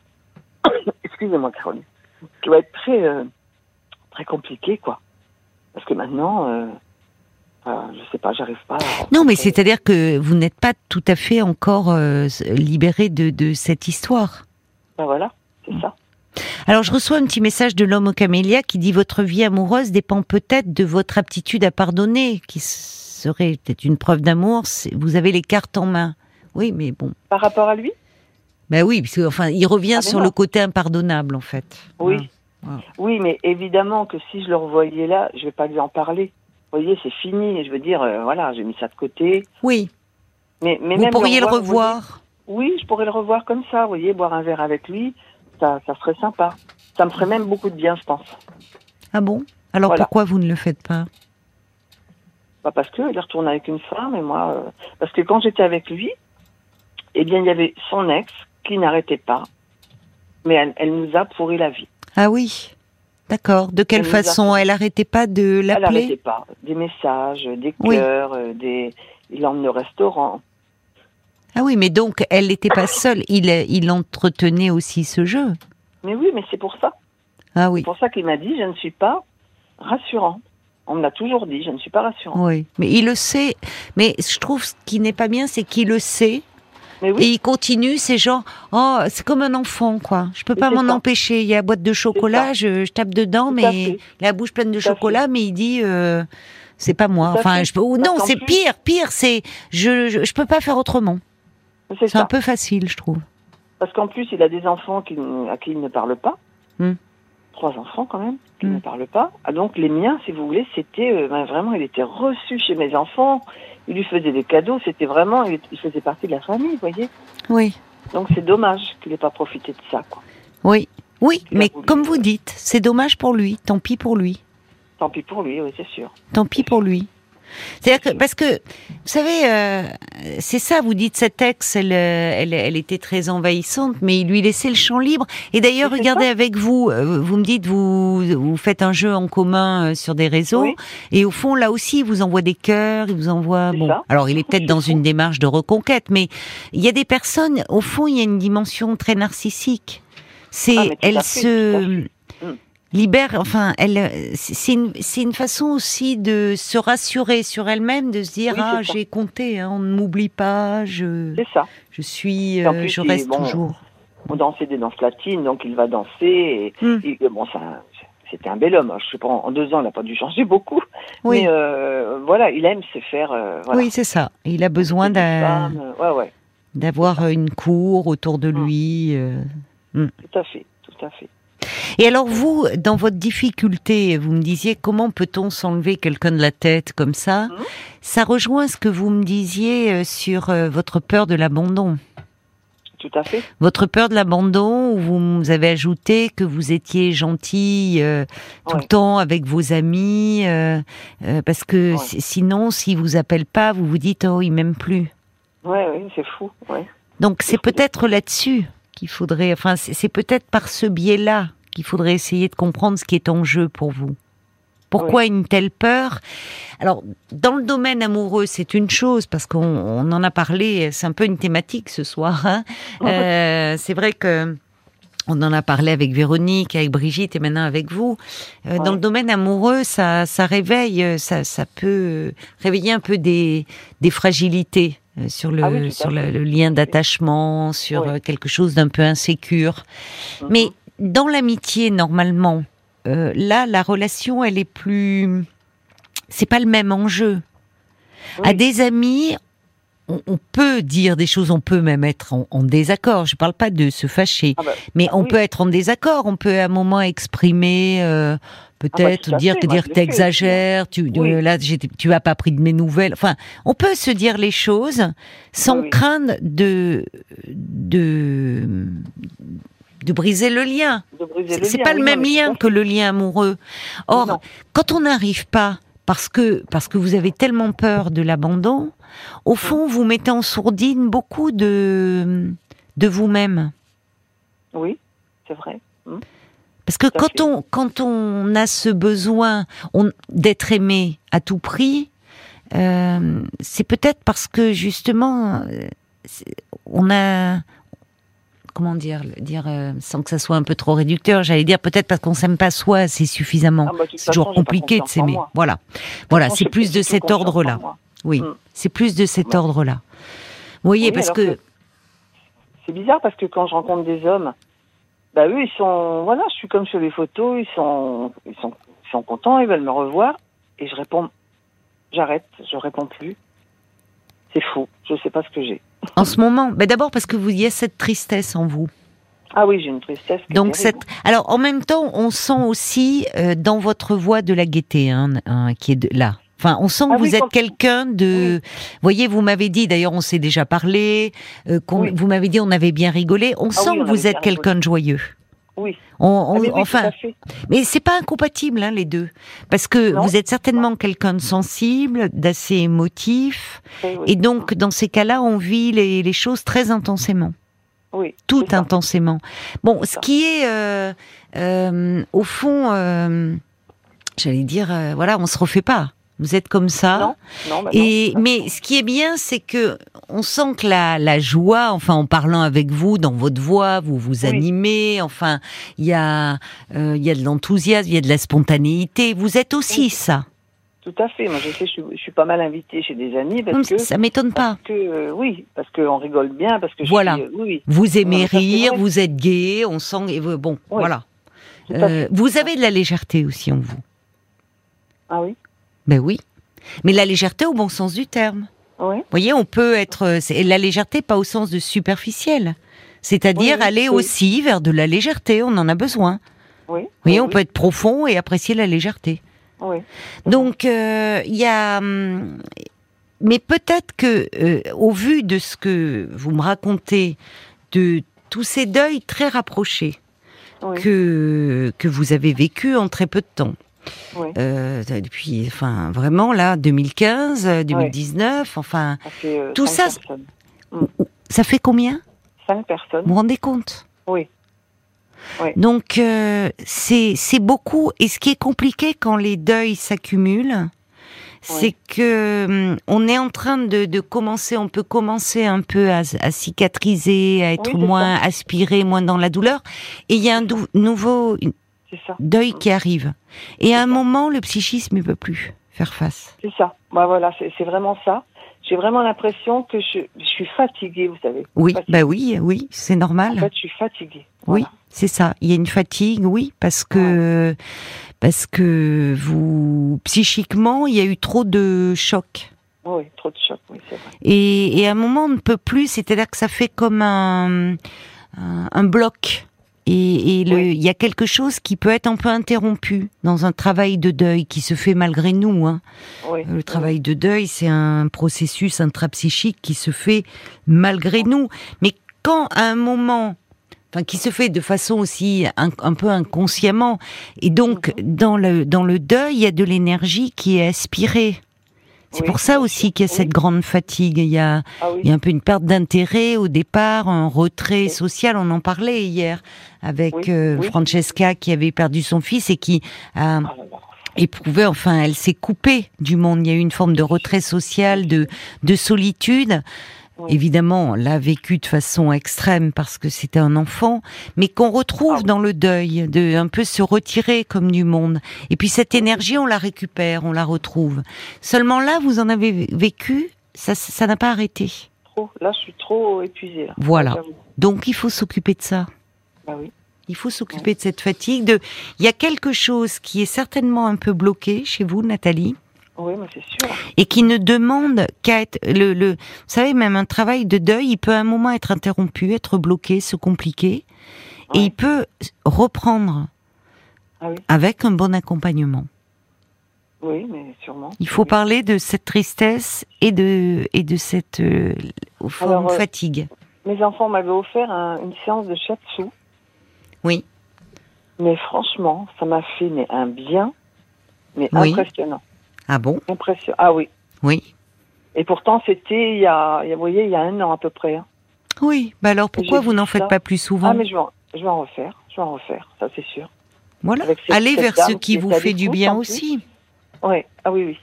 [SPEAKER 2] Excusez-moi, Caroline. Je dois être très euh, très compliqué quoi. Parce que maintenant, euh, euh, je sais pas, j'arrive pas. à
[SPEAKER 1] Non, mais
[SPEAKER 2] rencontrer-
[SPEAKER 1] c'est-à-dire que vous n'êtes pas tout à fait encore euh, libéré de, de cette histoire.
[SPEAKER 2] Ben voilà, c'est ça.
[SPEAKER 1] Alors, je reçois un petit message de l'homme au camélia qui dit votre vie amoureuse dépend peut-être de votre aptitude à pardonner, qui serait peut-être une preuve d'amour. c'est- Vous avez les cartes en main. Oui, mais bon.
[SPEAKER 2] Par rapport à lui,
[SPEAKER 1] Ben oui, parce que, enfin, il revient
[SPEAKER 2] Ah, mais
[SPEAKER 1] sur
[SPEAKER 2] non.
[SPEAKER 1] le côté impardonnable, en fait. Ah.
[SPEAKER 2] oui.
[SPEAKER 1] Ouais, ouais.
[SPEAKER 2] Oui, mais évidemment que si je le revoyais là, je vais pas lui en parler. Vous voyez, c'est fini. Et je veux dire, euh, voilà, j'ai mis ça de côté.
[SPEAKER 1] Oui,
[SPEAKER 2] Mais, mais
[SPEAKER 1] vous
[SPEAKER 2] même
[SPEAKER 1] pourriez le
[SPEAKER 2] vous voyez,
[SPEAKER 1] revoir.
[SPEAKER 2] Oui, je pourrais le revoir comme ça, vous voyez, boire un verre avec lui, ça, ça serait sympa. Ça me ferait même beaucoup de bien, je pense.
[SPEAKER 1] Ah bon Alors
[SPEAKER 2] Voilà.
[SPEAKER 1] pourquoi vous ne le faites pas
[SPEAKER 2] Pas parce que il retourne avec une femme et moi, euh, parce que quand j'étais avec lui, eh bien, il y avait son ex qui n'arrêtait pas, mais elle, elle nous a pourri la vie.
[SPEAKER 1] Ah oui, d'accord. De quelle
[SPEAKER 2] Elle nous a-
[SPEAKER 1] façon Elle arrêtait pas de
[SPEAKER 2] Elle n'arrêtait
[SPEAKER 1] l'appeler
[SPEAKER 2] pas. Des messages, des
[SPEAKER 1] Oui.
[SPEAKER 2] cœurs, euh, des, il l'emmène au restaurant.
[SPEAKER 1] Ah oui, mais donc, elle n'était pas seule. Il, il entretenait aussi ce jeu.
[SPEAKER 2] Mais oui, mais c'est pour ça.
[SPEAKER 1] Ah
[SPEAKER 2] C'est
[SPEAKER 1] oui,
[SPEAKER 2] pour ça qu'il m'a dit je ne suis pas rassurant. On me l'a toujours dit, je ne suis pas rassurant.
[SPEAKER 1] oui. Mais il le sait. Mais je trouve ce qui n'est pas bien, c'est qu'il le sait
[SPEAKER 2] Mais
[SPEAKER 1] et
[SPEAKER 2] oui,
[SPEAKER 1] il continue. C'est genre, oh, c'est comme un enfant, quoi. Je peux
[SPEAKER 2] Mais
[SPEAKER 1] pas
[SPEAKER 2] c'est
[SPEAKER 1] m'en
[SPEAKER 2] ça.
[SPEAKER 1] empêcher. Il y a la boîte de
[SPEAKER 2] ça.
[SPEAKER 1] chocolat, je, je tape dedans,
[SPEAKER 2] Tout à
[SPEAKER 1] mais
[SPEAKER 2] fait.
[SPEAKER 1] la bouche pleine de
[SPEAKER 2] Tout à fait.
[SPEAKER 1] chocolat, mais il dit. euh, c'est pas moi.
[SPEAKER 2] Tout à
[SPEAKER 1] Enfin,
[SPEAKER 2] fait.
[SPEAKER 1] je peux. ou
[SPEAKER 2] Parce
[SPEAKER 1] non,
[SPEAKER 2] qu'en
[SPEAKER 1] c'est
[SPEAKER 2] plus-
[SPEAKER 1] pire, pire. C'est je, je. je peux pas faire autrement.
[SPEAKER 2] c'est
[SPEAKER 1] C'est un
[SPEAKER 2] ça.
[SPEAKER 1] peu facile, je trouve.
[SPEAKER 2] Parce qu'en plus, il a des enfants qui, n- à qui il ne parle pas.
[SPEAKER 1] Hmm.
[SPEAKER 2] Trois enfants quand même, qui
[SPEAKER 1] Hmm.
[SPEAKER 2] ne parlent pas. Ah, donc les miens, si vous voulez, c'était euh, ben, vraiment, il était reçu chez mes enfants. Il lui faisait des cadeaux. C'était vraiment, il, il faisait partie de la famille, vous voyez.
[SPEAKER 1] Oui.
[SPEAKER 2] Donc c'est dommage qu'il n'ait pas profité de ça. Quoi.
[SPEAKER 1] Oui, oui,
[SPEAKER 2] Il a
[SPEAKER 1] mais
[SPEAKER 2] voulu,
[SPEAKER 1] comme vous
[SPEAKER 2] ouais.
[SPEAKER 1] dites, c'est dommage pour lui, tant pis pour lui,
[SPEAKER 2] Tant pis pour lui, oui, c'est sûr.
[SPEAKER 1] tant pis pour lui. C'est-à-dire que, parce que, vous savez, euh, c'est ça, vous dites, cette ex, elle, euh, elle, elle était très envahissante, mais il lui laissait le champ libre. Et d'ailleurs,
[SPEAKER 2] Mais c'est
[SPEAKER 1] regardez avec vous, euh, vous me dites, vous, vous faites un jeu en commun euh, sur des réseaux,
[SPEAKER 2] Oui.
[SPEAKER 1] et au fond, là aussi, il vous envoie des cœurs, il vous envoie,
[SPEAKER 2] C'est
[SPEAKER 1] bon,
[SPEAKER 2] ça.
[SPEAKER 1] alors il est peut-être
[SPEAKER 2] C'est
[SPEAKER 1] dans
[SPEAKER 2] ça.
[SPEAKER 1] une démarche de reconquête, mais il y a des personnes, au fond, il y a une dimension très narcissique. C'est,
[SPEAKER 2] Ah, mais tout à
[SPEAKER 1] elle
[SPEAKER 2] fait, tout à
[SPEAKER 1] se
[SPEAKER 2] Mm.
[SPEAKER 1] libère, enfin, elle, euh, c'est c'est une, c'est une façon aussi de se rassurer sur elle-même, de se dire,
[SPEAKER 2] Oui, c'est
[SPEAKER 1] ah,
[SPEAKER 2] ça.
[SPEAKER 1] j'ai compté, hein, on ne m'oublie pas, je,
[SPEAKER 2] C'est ça.
[SPEAKER 1] je suis,
[SPEAKER 2] Et en
[SPEAKER 1] euh,
[SPEAKER 2] plus,
[SPEAKER 1] je
[SPEAKER 2] il-
[SPEAKER 1] reste
[SPEAKER 2] bon,
[SPEAKER 1] toujours.
[SPEAKER 2] On dansait des danses latines, donc il va danser. Et,
[SPEAKER 1] Hmm.
[SPEAKER 2] et, euh, bon, c'est un- c'était un bel homme. hein. Je sais pas, en deux ans, il n'a pas dû changer beaucoup.
[SPEAKER 1] Oui,
[SPEAKER 2] Mais euh, voilà, il aime se faire. euh, voilà.
[SPEAKER 1] oui, c'est ça. Il a besoin
[SPEAKER 2] Des
[SPEAKER 1] d'un-
[SPEAKER 2] femmes, euh, Ouais, ouais,
[SPEAKER 1] d'avoir une cour autour de
[SPEAKER 2] Mm.
[SPEAKER 1] lui. euh.
[SPEAKER 2] tout à fait, tout à fait.
[SPEAKER 1] Et alors vous, dans votre difficulté, vous me disiez comment peut-on s'enlever quelqu'un de la tête comme ça
[SPEAKER 2] Mhm.
[SPEAKER 1] Ça rejoint ce que vous me disiez euh, sur euh, votre peur de l'abandon.
[SPEAKER 2] Tout à fait.
[SPEAKER 1] Votre peur de l'abandon, où vous avez ajouté que vous étiez gentille euh, tout
[SPEAKER 2] Ouais.
[SPEAKER 1] le temps avec vos amis, euh, euh, parce que
[SPEAKER 2] Ouais.
[SPEAKER 1] si- sinon, s'ils vous appellent pas, vous vous dites oh ils m'aiment plus.
[SPEAKER 2] Ouais, ouais, c'est fou. Ouais.
[SPEAKER 1] Donc c'est
[SPEAKER 2] Il faut-
[SPEAKER 1] peut-être là-dessus qu'il faudrait, enfin c'est c'est peut-être par ce biais-là qu'il faudrait essayer de comprendre ce qui est en jeu pour vous. Pourquoi une telle peur Alors, dans le domaine amoureux, c'est une chose, parce qu'on on en a parlé, c'est un peu une thématique ce soir. hein. Euh, c'est vrai que on en a parlé avec Véronique, avec Brigitte et maintenant avec vous. Euh, Dans
[SPEAKER 2] Ouais.
[SPEAKER 1] le domaine amoureux, ça, ça réveille, euh, ça, ça peut euh, réveiller un peu des, des fragilités euh, sur le,
[SPEAKER 2] Ah oui, tout à
[SPEAKER 1] sur
[SPEAKER 2] fait.
[SPEAKER 1] le, le lien d'attachement, sur
[SPEAKER 2] Oui.
[SPEAKER 1] euh, quelque chose d'un peu insécure.
[SPEAKER 2] Mhm.
[SPEAKER 1] Mais dans l'amitié, normalement, euh, là, la relation, elle est plus. C'est pas le même enjeu.
[SPEAKER 2] Oui.
[SPEAKER 1] À des amis, on, on peut dire des choses, on peut même être en, en désaccord. Je parle pas de se fâcher,
[SPEAKER 2] Ah bah,
[SPEAKER 1] mais
[SPEAKER 2] ah
[SPEAKER 1] on
[SPEAKER 2] oui.
[SPEAKER 1] peut être en désaccord. On peut à un moment exprimer. euh, Peut-être
[SPEAKER 2] Ah bah, tout à
[SPEAKER 1] dire
[SPEAKER 2] fait,
[SPEAKER 1] que
[SPEAKER 2] moi,
[SPEAKER 1] dire
[SPEAKER 2] je le fais
[SPEAKER 1] t'exagères, tu
[SPEAKER 2] Oui.
[SPEAKER 1] euh, là j'ai- tu as pas pris de mes nouvelles. Enfin, on peut se dire les choses sans
[SPEAKER 2] Ah Oui, oui.
[SPEAKER 1] craindre de de de briser le lien.
[SPEAKER 2] Mhm. de briser
[SPEAKER 1] C'est
[SPEAKER 2] le
[SPEAKER 1] c'est
[SPEAKER 2] lien,
[SPEAKER 1] pas
[SPEAKER 2] oui,
[SPEAKER 1] le
[SPEAKER 2] non,
[SPEAKER 1] même
[SPEAKER 2] mais
[SPEAKER 1] lien
[SPEAKER 2] tout à
[SPEAKER 1] que le lien amoureux. Or,
[SPEAKER 2] Non.
[SPEAKER 1] quand on n'arrive pas, parce que, parce que vous avez tellement peur de l'abandon, au fond, vous mettez en sourdine beaucoup de, de vous-même.
[SPEAKER 2] fait. Oui, c'est vrai.
[SPEAKER 1] Parce que
[SPEAKER 2] Tout à
[SPEAKER 1] quand
[SPEAKER 2] fait.
[SPEAKER 1] on, quand on a ce besoin on- d'être aimé à tout prix, euh, c'est peut-être parce que justement, euh, c'est- on a. Comment dire, le- dire euh, sans que ça soit un peu trop réducteur, j'allais dire peut-être parce qu'on s'aime pas soi assez suffisamment.
[SPEAKER 2] Ah bah, de toute
[SPEAKER 1] C'est
[SPEAKER 2] façon,
[SPEAKER 1] toujours
[SPEAKER 2] j'ai pas
[SPEAKER 1] compliqué de
[SPEAKER 2] confiance en
[SPEAKER 1] s'aimer.
[SPEAKER 2] moi.
[SPEAKER 1] Voilà. Voilà,
[SPEAKER 2] Moi,
[SPEAKER 1] c'est
[SPEAKER 2] j'ai
[SPEAKER 1] plus de
[SPEAKER 2] pas du tout
[SPEAKER 1] cet
[SPEAKER 2] confiance en
[SPEAKER 1] ordre-là.
[SPEAKER 2] moi.
[SPEAKER 1] Oui,
[SPEAKER 2] Mm.
[SPEAKER 1] c'est plus de cet
[SPEAKER 2] Ouais.
[SPEAKER 1] ordre-là. Vous voyez,
[SPEAKER 2] Oui,
[SPEAKER 1] parce
[SPEAKER 2] alors
[SPEAKER 1] que,
[SPEAKER 2] C'est bizarre parce que quand je rencontre des hommes, bah eux, ils sont, voilà, je suis comme sur les photos, ils sont, ils sont, ils sont contents, ils veulent me revoir, et je réponds, j'arrête, je réponds plus. C'est fou, je sais pas ce que j'ai.
[SPEAKER 1] en ce moment, ben d'abord parce que vous y a cette tristesse en vous.
[SPEAKER 2] Ah oui, j'ai une tristesse. qui est
[SPEAKER 1] Donc cette,
[SPEAKER 2] terrible.
[SPEAKER 1] alors en même temps, on sent aussi euh, dans votre voix de la gaieté, hein, hein, qui est de, là. Enfin, on sent que
[SPEAKER 2] Ah
[SPEAKER 1] vous
[SPEAKER 2] oui,
[SPEAKER 1] êtes
[SPEAKER 2] quand-
[SPEAKER 1] quelqu'un de. Voyez, vous m'avez dit. D'ailleurs, on s'est déjà parlé. euh, qu'on-
[SPEAKER 2] Oui. Ah
[SPEAKER 1] Vous m'avez dit, on avait bien rigolé. On sent
[SPEAKER 2] oui, on
[SPEAKER 1] que vous
[SPEAKER 2] avait
[SPEAKER 1] êtes
[SPEAKER 2] bien rigolé.
[SPEAKER 1] quelqu'un de joyeux.
[SPEAKER 2] Oui.
[SPEAKER 1] On,
[SPEAKER 2] Ah,
[SPEAKER 1] on-
[SPEAKER 2] mais oui, tout
[SPEAKER 1] enfin,
[SPEAKER 2] à fait.
[SPEAKER 1] Mais c'est pas incompatible hein, les deux, parce que
[SPEAKER 2] Non.
[SPEAKER 1] vous êtes certainement quelqu'un de sensible, d'assez émotif,
[SPEAKER 2] Eh oui.
[SPEAKER 1] et donc dans ces cas-là, on vit les, les choses très intensément,
[SPEAKER 2] oui,
[SPEAKER 1] tout
[SPEAKER 2] c'est ça.
[SPEAKER 1] intensément. Bon, ce
[SPEAKER 2] ça.
[SPEAKER 1] qui est euh, euh, au fond, euh, j'allais dire, euh, voilà, on se refait pas. Vous êtes comme ça.
[SPEAKER 2] Non, non, bah non.
[SPEAKER 1] Et mais ce qui est bien, c'est que on sent que la, la joie, enfin en parlant avec vous, dans votre voix, vous vous
[SPEAKER 2] Oui.
[SPEAKER 1] animez. Enfin, il y a euh, il y a de l'enthousiasme, il y a de la spontanéité. Vous êtes aussi
[SPEAKER 2] Oui.
[SPEAKER 1] ça.
[SPEAKER 2] Tout à fait. Moi, je sais, je suis, je suis pas mal invitée chez des amis parce
[SPEAKER 1] Hum,
[SPEAKER 2] que,
[SPEAKER 1] Ça m'étonne pas.
[SPEAKER 2] parce que euh, oui, parce qu'on rigole bien, parce que je
[SPEAKER 1] Voilà.
[SPEAKER 2] suis, euh, oui,
[SPEAKER 1] Vous aimez
[SPEAKER 2] mais ça, c'est
[SPEAKER 1] rire,
[SPEAKER 2] vrai.
[SPEAKER 1] vous êtes gai, on sent et vous- bon,
[SPEAKER 2] Oui,
[SPEAKER 1] voilà.
[SPEAKER 2] tout à
[SPEAKER 1] Euh, vous avez de la légèreté aussi en vous.
[SPEAKER 2] ah oui,
[SPEAKER 1] Ben oui. Mais la légèreté au bon sens du terme.
[SPEAKER 2] oui,
[SPEAKER 1] Vous voyez, on peut être. euh, c'est- La légèreté, pas au sens de superficiel. C'est-à-dire
[SPEAKER 2] Oui, oui,
[SPEAKER 1] aller
[SPEAKER 2] oui.
[SPEAKER 1] aussi vers de la légèreté, on en a besoin.
[SPEAKER 2] oui.
[SPEAKER 1] Vous voyez, on peut être profond et apprécier la légèreté.
[SPEAKER 2] Oui.
[SPEAKER 1] Donc, euh, il y a. hum, Mais peut-être que, euh, au vu de ce que vous me racontez, de tous ces deuils très rapprochés,
[SPEAKER 2] oui.
[SPEAKER 1] que, que vous avez vécu en très peu de temps.
[SPEAKER 2] Oui.
[SPEAKER 1] Euh, depuis, enfin, vraiment là, 2015, euh, 2019, enfin,
[SPEAKER 2] Ça fait, euh,
[SPEAKER 1] tout
[SPEAKER 2] cinq
[SPEAKER 1] ça-
[SPEAKER 2] personnes.
[SPEAKER 1] ça fait combien
[SPEAKER 2] Cinq
[SPEAKER 1] Vous
[SPEAKER 2] personnes.
[SPEAKER 1] vous rendez compte
[SPEAKER 2] Oui. Oui.
[SPEAKER 1] Donc, euh, c'est c'est beaucoup. Et ce qui est compliqué quand les deuils s'accumulent, c'est que hum, on est en train de, de commencer, on peut commencer un peu à, à cicatriser, à être
[SPEAKER 2] Oui, c'est
[SPEAKER 1] moins aspiré, moins dans la douleur. Et il y a un dou- nouveau,
[SPEAKER 2] C'est ça.
[SPEAKER 1] deuil qui arrive. Et à un moment, le psychisme ne peut plus faire face.
[SPEAKER 2] C'est ça. Bah voilà, c'est c'est vraiment ça. J'ai vraiment l'impression que je, je suis fatiguée, vous savez.
[SPEAKER 1] Oui,
[SPEAKER 2] Fatiguée.
[SPEAKER 1] bah oui, oui, c'est normal.
[SPEAKER 2] En fait, je suis fatiguée.
[SPEAKER 1] Ah oui,
[SPEAKER 2] Voilà.
[SPEAKER 1] c'est ça. Il y a une fatigue, oui, parce que parce que vous psychiquement, il y a eu trop de chocs.
[SPEAKER 2] Oui, trop de choc, oui, c'est vrai.
[SPEAKER 1] Et, et à un moment, on ne peut plus. C'est-à-dire que ça fait comme un un, un bloc. Et, et le,
[SPEAKER 2] Oui.
[SPEAKER 1] il y a quelque chose qui peut être un peu interrompu dans un travail de deuil qui se fait malgré nous. Hein.
[SPEAKER 2] Oui.
[SPEAKER 1] Le travail de deuil, c'est un processus intrapsychique qui se fait malgré nous. Mais quand à un moment, enfin, qui se fait de façon aussi un, un peu inconsciemment, et donc
[SPEAKER 2] Mhm.
[SPEAKER 1] dans le, dans le deuil, il y a de l'énergie qui est aspirée. C'est
[SPEAKER 2] Oui,
[SPEAKER 1] pour ça aussi qu'il y a
[SPEAKER 2] Oui.
[SPEAKER 1] cette grande fatigue. Il y a,
[SPEAKER 2] Ah
[SPEAKER 1] il y
[SPEAKER 2] oui,
[SPEAKER 1] a un peu une perte d'intérêt au départ, un retrait
[SPEAKER 2] Oui.
[SPEAKER 1] social. On en parlait hier avec
[SPEAKER 2] Oui,
[SPEAKER 1] euh,
[SPEAKER 2] oui.
[SPEAKER 1] Francesca qui avait perdu son fils et qui a
[SPEAKER 2] Ah là là.
[SPEAKER 1] éprouvée, enfin, elle s'est coupée du monde. Il y a eu une forme de retrait social, de, de solitude.
[SPEAKER 2] Oui.
[SPEAKER 1] Évidemment, on l'a vécu de façon extrême parce que c'était un enfant, mais qu'on retrouve
[SPEAKER 2] Ah oui.
[SPEAKER 1] dans le deuil, de un peu se retirer comme du monde. Et puis cette énergie, on la récupère, on la retrouve. Seulement là, vous en avez vécu, ça ça n'a pas arrêté.
[SPEAKER 2] trop. Là, je suis trop épuisée. Là.
[SPEAKER 1] Voilà.
[SPEAKER 2] J'avoue.
[SPEAKER 1] Donc il faut s'occuper de ça.
[SPEAKER 2] Bah oui.
[SPEAKER 1] Il faut s'occuper de cette fatigue. De, il y a quelque chose qui est certainement un peu bloqué chez vous, Nathalie.
[SPEAKER 2] Oui, mais c'est sûr.
[SPEAKER 1] et qui ne demande qu'à être le, le vous savez même un travail de deuil il peut à un moment être interrompu être bloqué se compliquer et
[SPEAKER 2] Ouais.
[SPEAKER 1] il peut reprendre
[SPEAKER 2] Ah oui.
[SPEAKER 1] avec un bon accompagnement
[SPEAKER 2] Oui, mais sûrement.
[SPEAKER 1] il faut
[SPEAKER 2] Oui.
[SPEAKER 1] parler de cette tristesse et de et de cette euh, au fond,
[SPEAKER 2] Alors, euh,
[SPEAKER 1] fatigue
[SPEAKER 2] Mes enfants m'avaient offert un- une séance de shiatsu.
[SPEAKER 1] Oui.
[SPEAKER 2] Mais franchement, ça m'a fait mais, un bien, mais
[SPEAKER 1] Oui.
[SPEAKER 2] impressionnant.
[SPEAKER 1] ah bon
[SPEAKER 2] Impressionnant. Ah oui.
[SPEAKER 1] oui
[SPEAKER 2] Et pourtant, c'était il y a, il y a- vous voyez, il y a un an à peu près. hein.
[SPEAKER 1] oui bah alors pourquoi
[SPEAKER 2] J'ai
[SPEAKER 1] vous
[SPEAKER 2] vu
[SPEAKER 1] n'en faites
[SPEAKER 2] ça.
[SPEAKER 1] pas plus souvent
[SPEAKER 2] Ah, mais je vais, en, je vais en refaire. Je vais en refaire, ça c'est sûr.
[SPEAKER 1] voilà
[SPEAKER 2] avec cette-
[SPEAKER 1] allez
[SPEAKER 2] cette
[SPEAKER 1] vers
[SPEAKER 2] dame
[SPEAKER 1] ce qui
[SPEAKER 2] qui
[SPEAKER 1] vous
[SPEAKER 2] est à
[SPEAKER 1] fait du
[SPEAKER 2] l'écoute,
[SPEAKER 1] bien
[SPEAKER 2] en plus.
[SPEAKER 1] aussi
[SPEAKER 2] Ouais. Ah oui, oui.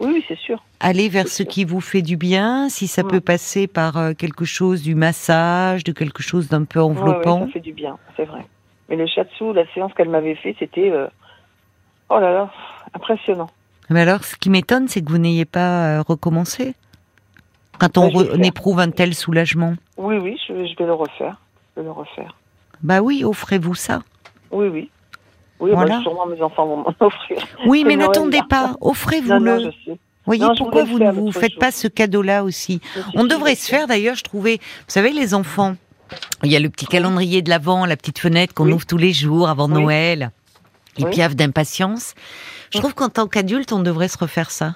[SPEAKER 2] Oui, oui, c'est sûr.
[SPEAKER 1] Allez vers
[SPEAKER 2] C'est
[SPEAKER 1] ce
[SPEAKER 2] sûr.
[SPEAKER 1] qui vous fait du bien, si ça
[SPEAKER 2] Ouais.
[SPEAKER 1] peut passer par euh, quelque chose du massage, de quelque chose d'un peu
[SPEAKER 2] Ouais, ouais,
[SPEAKER 1] enveloppant.
[SPEAKER 2] ça fait du bien, c'est vrai. Mais le shiatsu, la séance qu'elle m'avait fait, c'était euh, oh là là, impressionnant.
[SPEAKER 1] Mais alors, ce qui m'étonne, c'est que vous n'ayez pas euh, recommencé. Quand on,
[SPEAKER 2] Ouais, je vais
[SPEAKER 1] re-
[SPEAKER 2] le
[SPEAKER 1] on
[SPEAKER 2] faire.
[SPEAKER 1] éprouve un tel soulagement.
[SPEAKER 2] Oui, oui, je, je vais le refaire. Je vais le refaire.
[SPEAKER 1] Bah oui, offrez-vous ça.
[SPEAKER 2] Oui, oui. Oui, bah,
[SPEAKER 1] Voilà.
[SPEAKER 2] sûrement mes enfants vont m'en offrir.
[SPEAKER 1] Oui, mais
[SPEAKER 2] C'est Noël,
[SPEAKER 1] n'attendez
[SPEAKER 2] là.
[SPEAKER 1] pas,
[SPEAKER 2] Non, non,
[SPEAKER 1] offrez-vous-le.
[SPEAKER 2] je sais.
[SPEAKER 1] Voyez,
[SPEAKER 2] Non, je
[SPEAKER 1] pourquoi
[SPEAKER 2] voulais
[SPEAKER 1] vous ne
[SPEAKER 2] le faire
[SPEAKER 1] vous
[SPEAKER 2] l'autre
[SPEAKER 1] faites
[SPEAKER 2] jour.
[SPEAKER 1] pas ce cadeau-là aussi
[SPEAKER 2] Je sais
[SPEAKER 1] On
[SPEAKER 2] que je
[SPEAKER 1] devrait
[SPEAKER 2] vais
[SPEAKER 1] se faire d'ailleurs, je trouvais, vous savez, les enfants, il y a le petit calendrier de l'avant, la petite fenêtre qu'on
[SPEAKER 2] Oui.
[SPEAKER 1] ouvre tous les jours avant
[SPEAKER 2] Oui.
[SPEAKER 1] Noël. Ils
[SPEAKER 2] Oui.
[SPEAKER 1] piaffent d'impatience. Je
[SPEAKER 2] Oui.
[SPEAKER 1] trouve qu'en tant qu'adulte, on devrait se refaire ça.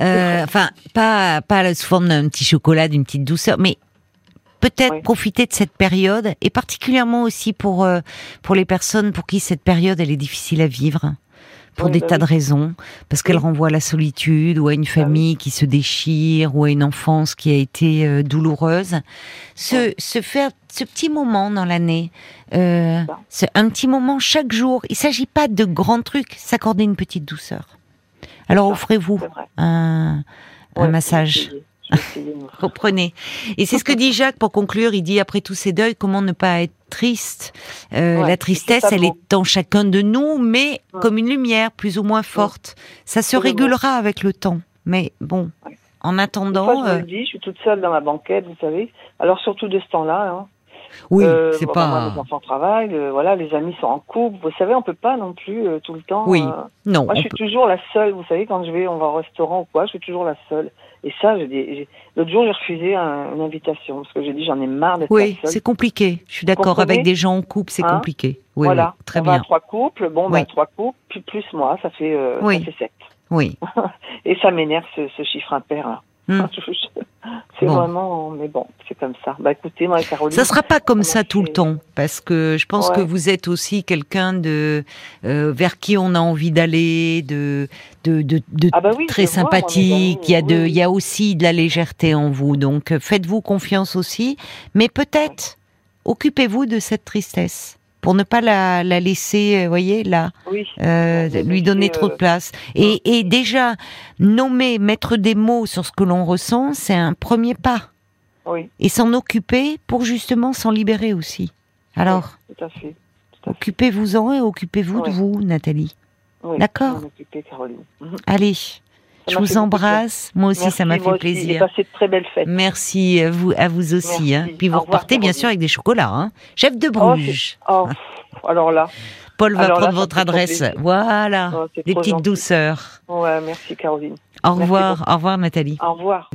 [SPEAKER 1] Euh, Enfin, pas, pas sous forme d'un petit chocolat, d'une petite douceur, mais peut-être
[SPEAKER 2] Oui.
[SPEAKER 1] profiter de cette période, et particulièrement aussi pour, euh, pour les personnes pour qui cette période, elle est difficile à vivre, pour
[SPEAKER 2] Oui,
[SPEAKER 1] des
[SPEAKER 2] bah
[SPEAKER 1] tas
[SPEAKER 2] oui.
[SPEAKER 1] de raisons, parce qu'elle
[SPEAKER 2] Oui.
[SPEAKER 1] renvoie à la solitude, ou à une famille qui se déchire, ou à une enfance qui a été euh, douloureuse. Se, se faire ce petit moment dans l'année, euh,
[SPEAKER 2] ça.
[SPEAKER 1] ce- un petit moment chaque jour, il s'agit pas de grands trucs, s'accorder une petite douceur. Alors offrez-vous
[SPEAKER 2] C'est vrai.
[SPEAKER 1] un, un
[SPEAKER 2] Ouais,
[SPEAKER 1] massage.
[SPEAKER 2] je vais essayer. Je vais essayer de me faire.
[SPEAKER 1] Reprenez. Et c'est ce que dit Jacques pour conclure. Il dit après tous ces deuils, comment ne pas être triste Euh,
[SPEAKER 2] Ouais,
[SPEAKER 1] La tristesse, elle
[SPEAKER 2] totalement.
[SPEAKER 1] est en chacun de nous, mais
[SPEAKER 2] Ouais.
[SPEAKER 1] comme une lumière, plus ou moins forte. Ça se
[SPEAKER 2] Totalement.
[SPEAKER 1] régulera avec le temps. Mais bon,
[SPEAKER 2] Ouais.
[SPEAKER 1] en
[SPEAKER 2] Des
[SPEAKER 1] attendant,
[SPEAKER 2] fois, je me
[SPEAKER 1] euh,
[SPEAKER 2] le dis, je suis toute seule dans ma banquette, vous savez. Alors surtout de ce temps-là. Hein.
[SPEAKER 1] oui,
[SPEAKER 2] Euh,
[SPEAKER 1] c'est
[SPEAKER 2] bon, bah, moi,
[SPEAKER 1] pas.
[SPEAKER 2] mes enfants travaillent, euh, voilà, les amis sont en couple. Vous savez, on peut pas non plus euh, tout le temps.
[SPEAKER 1] Oui.
[SPEAKER 2] euh,
[SPEAKER 1] non, on
[SPEAKER 2] Moi, je suis
[SPEAKER 1] peut-
[SPEAKER 2] toujours la seule. Vous savez, quand je vais, on va au restaurant ou quoi, je suis toujours la seule. Et ça, j'ai des- j'ai- l'autre jour, j'ai refusé un- une invitation parce que j'ai dit, j'en ai marre d'être
[SPEAKER 1] oui,
[SPEAKER 2] la seule.
[SPEAKER 1] c'est compliqué. Je suis d'accord.
[SPEAKER 2] comprenez
[SPEAKER 1] Avec des gens en couple, c'est
[SPEAKER 2] Hein
[SPEAKER 1] compliqué. Oui,
[SPEAKER 2] voilà,
[SPEAKER 1] oui, très
[SPEAKER 2] on va à
[SPEAKER 1] bien.
[SPEAKER 2] trois couples. Bon, bah,
[SPEAKER 1] Oui.
[SPEAKER 2] trois couples, puis plus moi, ça fait, euh,
[SPEAKER 1] Oui.
[SPEAKER 2] ça fait sept.
[SPEAKER 1] Oui,
[SPEAKER 2] Et ça m'énerve ce, ce chiffre impair. là.
[SPEAKER 1] Hmm.
[SPEAKER 2] c'est
[SPEAKER 1] Bon.
[SPEAKER 2] vraiment, mais bon, c'est comme ça. Bah écoutez, moi, Caroline,
[SPEAKER 1] ça sera pas comme ça
[SPEAKER 2] Comment
[SPEAKER 1] tout le
[SPEAKER 2] c'est-
[SPEAKER 1] temps, parce que je pense
[SPEAKER 2] Ouais.
[SPEAKER 1] que vous êtes aussi quelqu'un de euh, vers qui on a envie d'aller, de de de, de
[SPEAKER 2] Ah bah oui,
[SPEAKER 1] très
[SPEAKER 2] je vois, moi, mes
[SPEAKER 1] sympathique.
[SPEAKER 2] amis,
[SPEAKER 1] Il y a de,
[SPEAKER 2] oui.
[SPEAKER 1] il y a aussi de la légèreté en vous. Donc euh, faites-vous confiance aussi, mais peut-être occupez-vous de cette tristesse pour ne pas la, la laisser, euh, voyez là,
[SPEAKER 2] oui,
[SPEAKER 1] euh,
[SPEAKER 2] Ouais,
[SPEAKER 1] lui
[SPEAKER 2] mais
[SPEAKER 1] donner
[SPEAKER 2] c'est,
[SPEAKER 1] trop de
[SPEAKER 2] euh,
[SPEAKER 1] place. Et, et déjà nommer, mettre des mots sur ce que l'on ressent, c'est un premier pas
[SPEAKER 2] oui,
[SPEAKER 1] et s'en occuper pour justement s'en libérer aussi. Alors,
[SPEAKER 2] tout à fait.
[SPEAKER 1] occupez-vous-en et occupez-vous de
[SPEAKER 2] Ouais.
[SPEAKER 1] vous, Nathalie.
[SPEAKER 2] Oui,
[SPEAKER 1] D'accord.
[SPEAKER 2] je vais m'en occuper, Caroline. Mhm.
[SPEAKER 1] Allez, je
[SPEAKER 2] Ça m'a fait
[SPEAKER 1] vous
[SPEAKER 2] beaucoup
[SPEAKER 1] embrasse. Moi aussi,
[SPEAKER 2] Merci,
[SPEAKER 1] ça m'a
[SPEAKER 2] moi
[SPEAKER 1] fait
[SPEAKER 2] aussi, Et
[SPEAKER 1] plaisir.
[SPEAKER 2] passez de très belles fêtes.
[SPEAKER 1] Merci à vous, à vous aussi.
[SPEAKER 2] Merci.
[SPEAKER 1] hein. Puis vous
[SPEAKER 2] Au revoir,
[SPEAKER 1] repartez bien
[SPEAKER 2] Caroline.
[SPEAKER 1] sûr avec des chocolats. Hein. Chef de
[SPEAKER 2] Oh,
[SPEAKER 1] Bruges,
[SPEAKER 2] Oh,
[SPEAKER 1] Ah.
[SPEAKER 2] pff, alors là,
[SPEAKER 1] Paul va
[SPEAKER 2] alors là,
[SPEAKER 1] prendre
[SPEAKER 2] ça me
[SPEAKER 1] votre
[SPEAKER 2] fait trop
[SPEAKER 1] adresse.
[SPEAKER 2] plaisir.
[SPEAKER 1] Voilà,
[SPEAKER 2] oh, c'est
[SPEAKER 1] Ah, des
[SPEAKER 2] trop
[SPEAKER 1] petites
[SPEAKER 2] gentil.
[SPEAKER 1] douceurs.
[SPEAKER 2] Ouais, merci Caroline.
[SPEAKER 1] Au
[SPEAKER 2] Merci
[SPEAKER 1] revoir, au revoir Nathalie.
[SPEAKER 2] Au revoir.